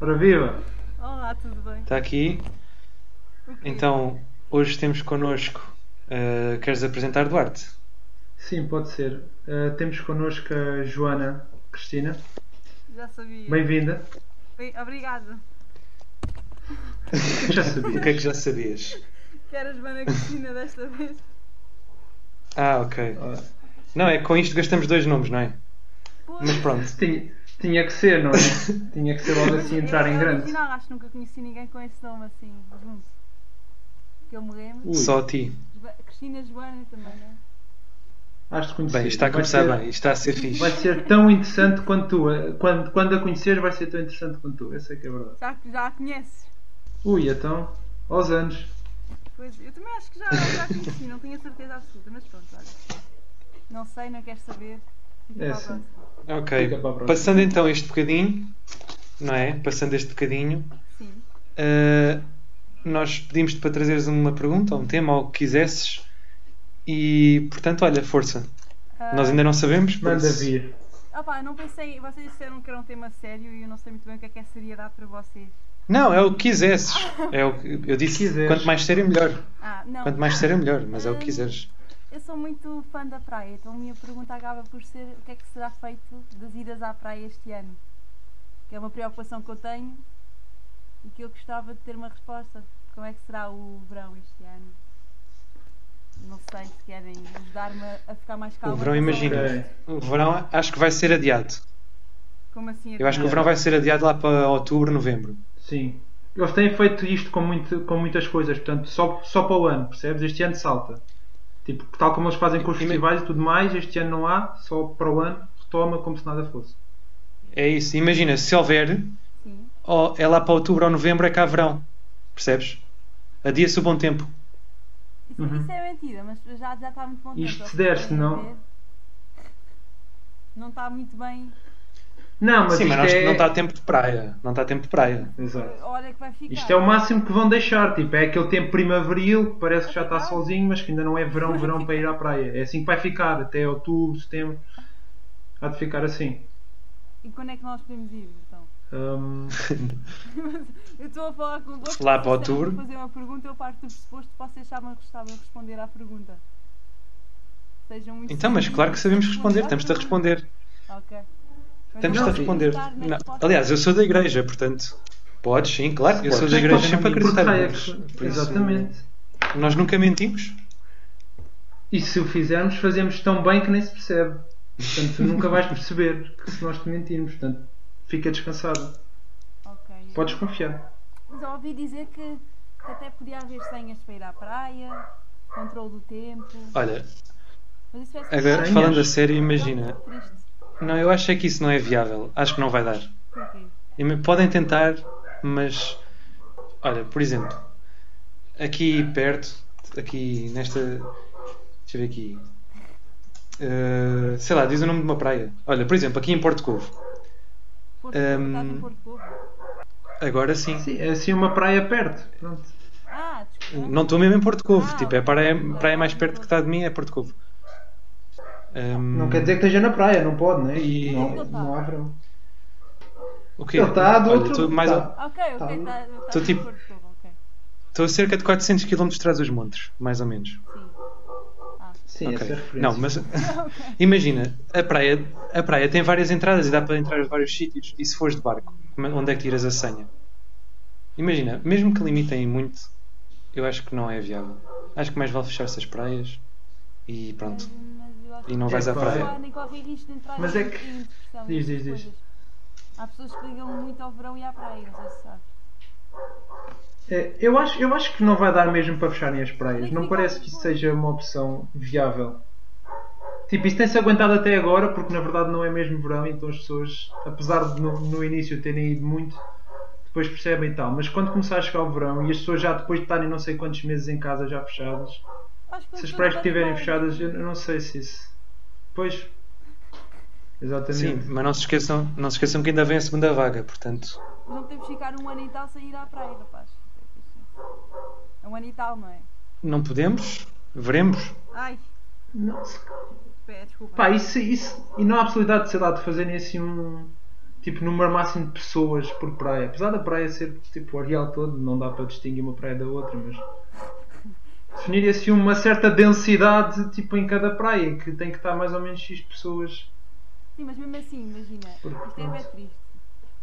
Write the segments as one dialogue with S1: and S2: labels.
S1: Ora viva!
S2: Olá, tudo bem?
S3: Está Tá aqui.
S2: O quê?
S3: Então, hoje temos connosco. eh, queres apresentar Duarte?
S1: Sim, pode ser. Uh, temos connosco a Joana Cristina.
S2: Já sabia.
S1: Bem-vinda.
S2: Bem, obrigada.
S1: Já
S3: O
S1: sabia.
S3: que é que já sabias?
S2: Que era a Joana Cristina desta vez.
S3: Ah, ok.
S1: Ah,
S3: Não, é que com isto gastamos dois nomes, não é?
S2: Pois.
S3: Mas pronto.
S1: tinha, tinha que ser, não é? tinha que ser logo assim entrar
S2: é,
S1: em
S2: é
S1: grande.
S2: original, acho que nunca conheci ninguém com esse nome assim, junto. Que eu me lembro.
S1: Ui,
S3: Só a ti.
S2: Jo- Cristina Joana também, não é?
S1: Has de conhecer.
S3: Bem, isto está a
S1: Vai
S3: começar
S1: ser-
S3: bem. Isto está a ser fixe.
S1: Vai ser tão interessante quanto tu. eh, Quando, quando a conheceres, vai ser tão interessante quanto tu. Essa é que é a verdade.
S2: Já, já a conheces?
S1: Ui, então, aos anos.
S2: Pois, eu também acho que já, já a conheci, não tinha certeza absoluta, mas pronto, olha. Não sei, não quero saber. Fica
S1: É,
S2: para a
S1: sim.
S2: próxima.
S3: Ok.
S1: Fica para a próxima.
S3: Passando então este bocadinho, não é? Passando este bocadinho,
S2: Sim.
S3: eh, nós pedimos-te para trazeres uma pergunta, um tema, ou o que quisesses. E, portanto, olha, força.
S2: Ah,
S3: Nós ainda não sabemos. por
S1: Manda
S3: isso-
S1: vir.
S2: Opa, eu não pensei, vocês disseram que era um tema sério e eu não sei muito bem o que é que é seriedade para vocês.
S3: Não, é o que quisesses. É o que, eu disse
S1: Quiseres.
S3: quanto mais sério, melhor.
S2: Ah, não,
S3: Quanto mais sério, melhor, mas é o que quiseres.
S2: eu sou muito fã da praia, então a minha pergunta acaba por ser o que é que será feito das idas à praia este ano? Que é uma preocupação que eu tenho e que eu gostava de ter uma resposta. Como é que será o verão este ano? Não sei se querem ajudar-me a ficar mais calma.
S3: O verão, imagina.
S1: Ok.
S3: O verão acho que vai ser adiado.
S2: Como assim?
S3: Eu acho
S1: É.
S3: que o verão vai ser adiado lá para outubro, novembro.
S1: Sim. Eles têm feito isto com, muito, com muitas coisas, portanto, só, só para o ano, percebes? Este ano salta. Tipo, tal como eles fazem com os
S3: Ima-
S1: festivais e tudo mais, este ano não há, só para o ano retoma como se nada fosse.
S3: É isso. Imagina, se houver,
S2: Sim.
S3: ó, é lá para outubro ou novembro, é cá verão. Percebes? Adia-se o bom tempo.
S2: Isso,
S1: Uhum.
S2: isso é mentira, mas já, já está muito bom tempo.
S1: Isto
S2: eu
S1: se der,
S2: sei
S1: senão-
S2: dizer. Não está muito bem.
S1: Não, mas
S3: Sim,
S1: isto
S3: mas nós-
S1: é...
S3: não está tempo de praia. Não está tempo de praia.
S1: Exato.
S2: Olha que vai ficar.
S1: Isto é o máximo que vão deixar, tipo, é aquele tempo primaveril que parece que já está solzinho, mas que ainda não é verão, verão para ir à praia. É assim que vai ficar, até outubro, setembro. Há de ficar assim.
S2: E quando é que nós podemos ir, então?
S1: Hum,
S2: Eu estou a falar convosco.
S3: Lá para
S2: vocês têm
S3: outubro.
S2: que fazer uma pergunta, eu parto do pressuposto que vocês sabem gostavam de responder à pergunta. Sejam muito
S3: Então, mas
S2: sérios.
S3: claro que sabemos responder. Estamos-te a responder.
S2: Ok. Mas
S3: Estamos-te
S2: não
S3: a
S2: vou
S3: responder.
S2: perguntar na
S3: Não.
S2: resposta.
S3: Aliás, eu sou da igreja, portanto. Podes, sim, claro. que Eu sou da igreja sempre acreditar.
S1: Porque-
S3: Por isso,
S1: é Exatamente.
S3: Nós nunca mentimos.
S1: E se o fizermos, fazemos tão bem que nem se percebe. Portanto, tu nunca vais perceber que se nós te mentirmos. Portanto, fica descansado.
S2: Ok.
S1: Podes confiar.
S2: Mas eu ouvi dizer que que até podia haver senhas para ir à praia, controle do tempo.
S3: Olha,
S2: Mas isso é
S3: agora
S1: Senhas?
S3: falando a sério, imagina.
S2: Triste.
S3: Não, eu acho é que isso não é viável. Acho que não vai dar.
S2: Porquê?
S3: E me- Podem tentar, mas. Olha, por exemplo, aqui perto, aqui nesta. Deixa eu ver aqui. Eh, sei lá, diz o nome de uma praia. Olha, por exemplo, aqui em Porto Covo.
S2: Porto Covo,
S3: Hum.
S2: estás em Porto Covo.
S3: Agora sim.
S1: Sim, é assim uma praia perto. Pronto.
S2: Ah, desculpa.
S3: Não estou mesmo em Porto Covo.
S2: Ah,
S3: tipo, é a praia,
S2: ok.
S3: praia mais perto que está de mim é Porto Covo. Ehm,
S1: Não quer dizer que esteja na praia, não pode, né?
S3: E-
S1: Não, não há verão.
S3: o quê?
S1: Ele está do
S3: Olha,
S1: outro.
S3: estou mais um-
S1: tá.
S2: Ok, ok,
S1: Tá.
S2: está tá,
S3: Tô
S2: em
S3: tipo-
S2: Porto Covo, ok.
S3: Estou Então, a cerca de 400 km de trás dos montes, mais ou menos.
S2: Sim. Ah,
S1: Sim,
S3: Ok.
S1: essa é a referência.
S3: Não, mas imagina, a praia, a praia tem várias entradas e dá para entrar a vários sítios. E se fores de barco, como- onde é que tiras a senha? Imagina, mesmo que limitem muito, eu acho que não é viável. Acho que mais vale fechar-se as praias e pronto.
S2: mas eu acho
S3: E não
S2: que
S3: vais à
S1: Epá,
S3: praia.
S2: não há nem qualquer risco de entrar
S1: Mas
S2: em-
S1: é que-
S2: em depressão e
S1: Diz, diz,
S2: essas
S1: diz.
S2: coisas. Há pessoas que ligam muito ao verão e à praia, não sei se sabes.
S1: É, eu, acho, eu acho que não vai dar mesmo para fecharem as praias.
S2: Tem
S1: Não
S2: que
S1: parece
S2: ficar
S1: que isso
S2: depois.
S1: seja uma opção viável. Tipo, isso tem-se aguentado até agora, porque na verdade não é mesmo verão, então as pessoas, apesar de no, no início terem ido muito, depois percebem e tal. Mas quando começar a chegar o verão e as pessoas já depois de estarem não sei quantos meses em casa já fechadas,
S2: Acho que
S1: se
S2: eu
S1: as
S2: sou
S1: praias
S2: da
S1: estiverem
S2: praia.
S1: fechadas, eu não sei se isso. Pois.
S3: Sim,
S1: Exatamente.
S3: mas não se esqueçam, não se esqueçam que ainda vem a segunda vaga, portanto.
S2: Não podemos ficar um ano e tal sem ir à praia, rapaz. É Um ano e tal, não é?
S3: Não podemos? Veremos.
S2: Ai,
S1: Não, se-
S2: pé, desculpa.
S1: Pá, isso, isso, e não há possibilidade, sei lá, de fazerem assim um, tipo, número máximo de pessoas por praia. Apesar da praia ser tipo o areal todo, não dá para distinguir uma praia da outra, mas definir assim uma certa densidade tipo em cada praia, que tem que estar mais ou menos X pessoas.
S2: Sim, mas mesmo assim, imagina,
S1: Porque
S2: isto é
S1: pronto.
S2: bem triste.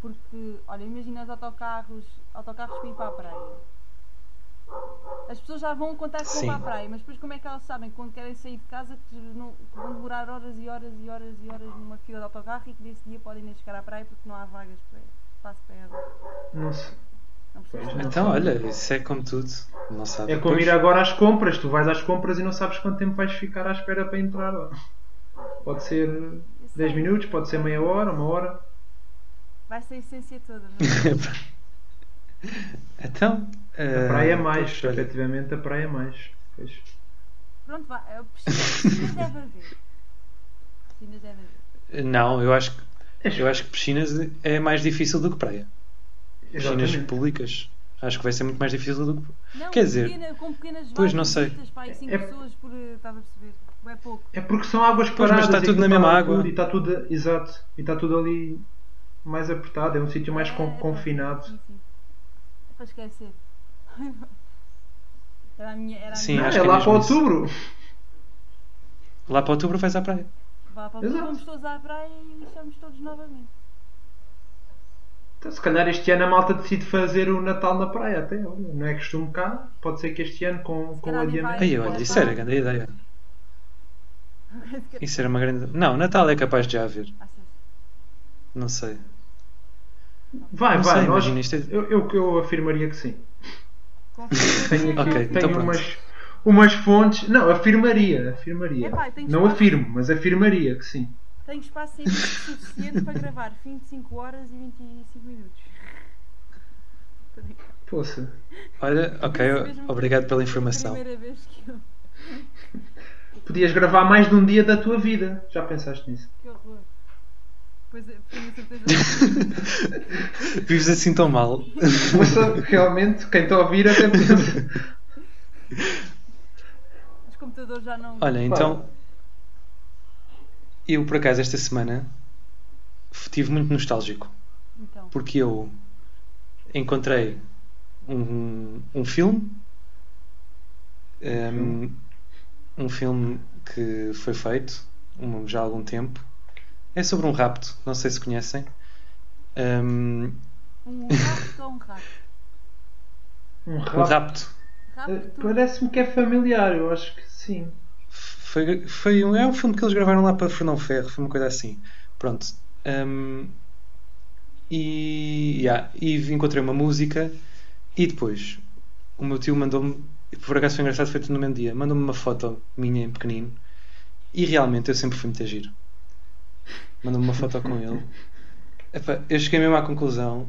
S2: Porque, olha, imagina os autocarros, autocarros para ir para a praia. As pessoas já vão contar que vão
S3: Sim.
S2: para a praia, mas depois como é que elas sabem quando querem sair de casa que não- que vão demorar horas e horas e horas e horas numa fila de autocarro e que nesse dia podem nem chegar à praia porque não há vagas para espaço para elas.
S1: Não sei.
S2: Não percebes?
S1: Pois,
S2: nada.
S3: Então, olha, isso é como tudo. Não sabe.
S1: É como
S3: Pois.
S1: ir agora às compras, tu vais às compras e não sabes quanto tempo vais ficar à espera para entrar. Pode ser 10 minutos, pode ser meia hora, uma hora.
S2: Vai ser a essência toda, não é?
S3: Então.
S1: A
S3: eh,
S1: praia é mais,
S3: pois, olha,
S1: efetivamente a praia é mais. Pois.
S2: Pronto, vá. eh, Piscinas deve haver. Piscinas deve haver.
S3: Não, eu acho, que, eu acho que piscinas é mais difícil do que praia. Piscinas
S1: Exatamente.
S3: públicas. Acho que vai ser muito mais difícil do que.
S2: Não,
S3: Quer dizer,
S2: pequena- com pequenas
S3: pois,
S2: vozes
S3: não sei.
S2: bonitas, pá, e cinco
S1: É-
S2: pessoas por. eh, Estás a perceber? É pouco.
S1: É porque são águas
S3: Pois,
S1: paradas.
S3: mas está
S1: e
S3: tudo
S1: aquilo
S3: na mesma
S1: para
S3: água.
S1: tudo, e está tudo, exato. E está tudo ali mais apertado. É um sítio mais con-
S2: É,
S1: confinado.
S2: Sim, sim. É para esquecer. Era a minha. Era a
S3: Sim,
S2: minha.
S1: Ah,
S3: acho
S1: é
S3: que é
S1: lá
S3: mesmo
S1: para
S3: isso.
S1: outubro.
S3: Lá para outubro vais à praia.
S2: Vá, para
S1: Exato.
S2: vamos todos à praia e lixamos todos novamente.
S1: Então, se calhar este ano a malta decide fazer o Natal na praia. Até olha, não é costume cá. Pode ser que este ano com, com o
S2: calhar nem
S1: adiamento.
S2: vai.
S3: Aí, olha,
S2: Natal.
S3: isso era grande ideia. Isso era uma grande. Não, Natal é capaz de já haver.
S2: Achas?
S3: Não sei.
S1: Vai,
S3: Não
S1: vai.
S3: sei,
S1: nós-
S3: imagina isto. é-
S1: eu, eu, eu afirmaria que sim.
S2: Confio.
S1: Tenho, aqui,
S3: Ok,
S1: tenho
S3: então pronto.
S1: umas, umas fontes. Não, afirmaria. afirmaria.
S2: Epá, eu tenho
S1: não
S2: espaço.
S1: afirmo, mas afirmaria que sim.
S2: Tenho espaço em disco suficiente para gravar 25 horas e 25 minutos. Tô brincando.
S1: Poça.
S3: Olha, ok,
S2: Isso mesmo.
S3: obrigado pela
S2: É a
S3: informação.
S2: primeira vez que eu.
S1: Podias gravar mais de um dia da tua vida. Já pensaste nisso?
S2: Que horror. Pois é, tenho certeza que
S3: Vives assim tão mal.
S1: Poça, realmente, quem está a ouvir até pensa.
S2: os computadores já não.
S3: Olha, então. Eu, por acaso, esta semana estive muito nostálgico.
S2: Então.
S3: porque eu encontrei um, um filme um, um filme que foi feito um- já há algum tempo é sobre um rapto, não sei se conhecem um,
S2: Um rapto ou um rapto?
S1: Um
S3: um
S1: rabo.
S3: rapto
S1: Eh,
S2: Rapto.
S1: Parece-me que é familiar, eu acho que sim.
S3: foi, foi um, é um filme que eles gravaram lá para Fernão Ferro, foi uma coisa assim. Pronto. Um, e, yeah, e encontrei uma música e depois o meu tio mandou-me, por acaso foi engraçado, foi tudo no mesmo dia, mandou-me uma foto minha em pequenino e realmente eu sempre fui muito giro. Mandou-me uma foto com ele. Epá, eu cheguei mesmo à conclusão.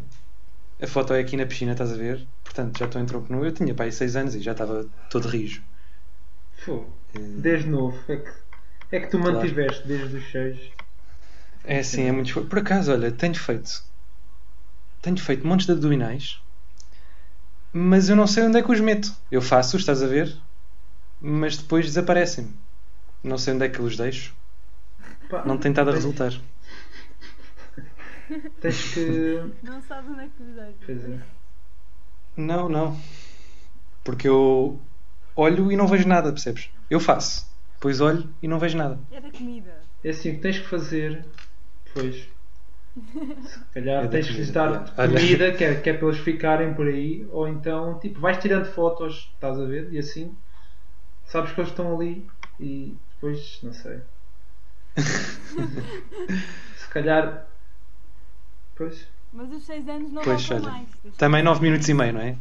S3: A foto é aqui na piscina, estás a ver? Portanto, já estou em tronco nu. Eu tinha pai 6 anos e já estava todo rijo.
S1: Fogo.
S3: Eh,
S1: Desde novo. É que, é que tu
S3: Claro.
S1: mantiveste desde os 6.
S3: É sim, é muito esforço. Por acaso, olha, tenho feito. Tenho feito montes de abdominais, mas eu não sei onde é que os meto. Eu faço, estás a ver? Mas depois desaparecem-me. Não sei onde é que eu os deixo.
S1: Pá,
S3: Não tem estado a
S1: tens-
S3: resultar.
S1: Tens que.
S2: Não sabes onde é que os deixas.
S1: Pois é.
S3: Não, não. Porque eu olho e não vejo nada, percebes? Eu faço. Depois olho e não vejo nada.
S2: É da comida.
S1: É assim, o que tens que fazer. Pois. Se calhar
S3: É da
S1: tens que lhes
S3: comida,
S1: dar
S3: yeah. Olha.
S1: comida, que é, que é para eles ficarem por aí. Ou então, tipo, vais tirando fotos, estás a ver? E assim. Sabes que eles estão ali e depois, não sei. Se calhar. Pois.
S2: Mas os 6 anos não
S3: Pois,
S2: voltam
S3: olha.
S2: mais. Tens-
S3: Também 9 minutos e meio, não é?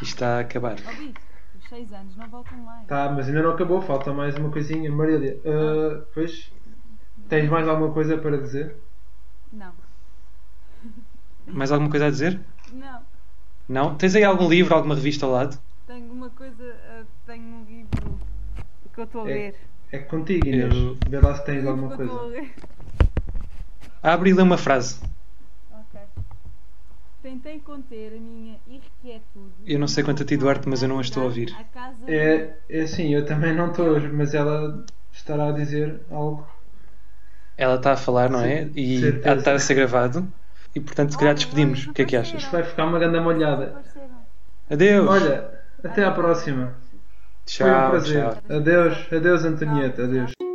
S3: Isto está a acabar.
S2: Ouviste? Os 6 anos não voltam mais.
S1: Tá, mas ainda não acabou, falta mais uma coisinha. Marília, ah, pois, tens mais alguma coisa para dizer?
S2: Não.
S3: Mais alguma coisa a dizer?
S2: Não.
S3: Não? Tens aí algum livro, alguma revista ao lado?
S2: Tenho uma coisa. eh, tenho um livro que eu estou a
S1: É,
S2: ler.
S1: É contigo, Inês.
S3: Eu-
S1: Vê lá se tens
S2: Um livro
S1: alguma
S2: que eu estou a
S1: coisa.
S2: ler.
S3: Abre e lê uma frase.
S2: Ok. Tentei conter a minha irrequietude.
S3: Eu não sei quanto a ti, Duarte, mas eu não a estou a ouvir.
S2: A casa
S1: É, é assim, eu também não estou, mas ela estará a dizer algo.
S3: Ela está a falar, não é? E
S1: certeza.
S3: está a ser gravado. e portanto se calhar despedimos. O que é que achas?
S1: Isto vai ficar uma grande molhada.
S2: Desapareceram.
S3: Adeus!
S1: Olha, até à próxima. Foi um
S3: tchau,
S1: prazer.
S3: tchau.
S1: Adeus, adeus Antonieta, adeus.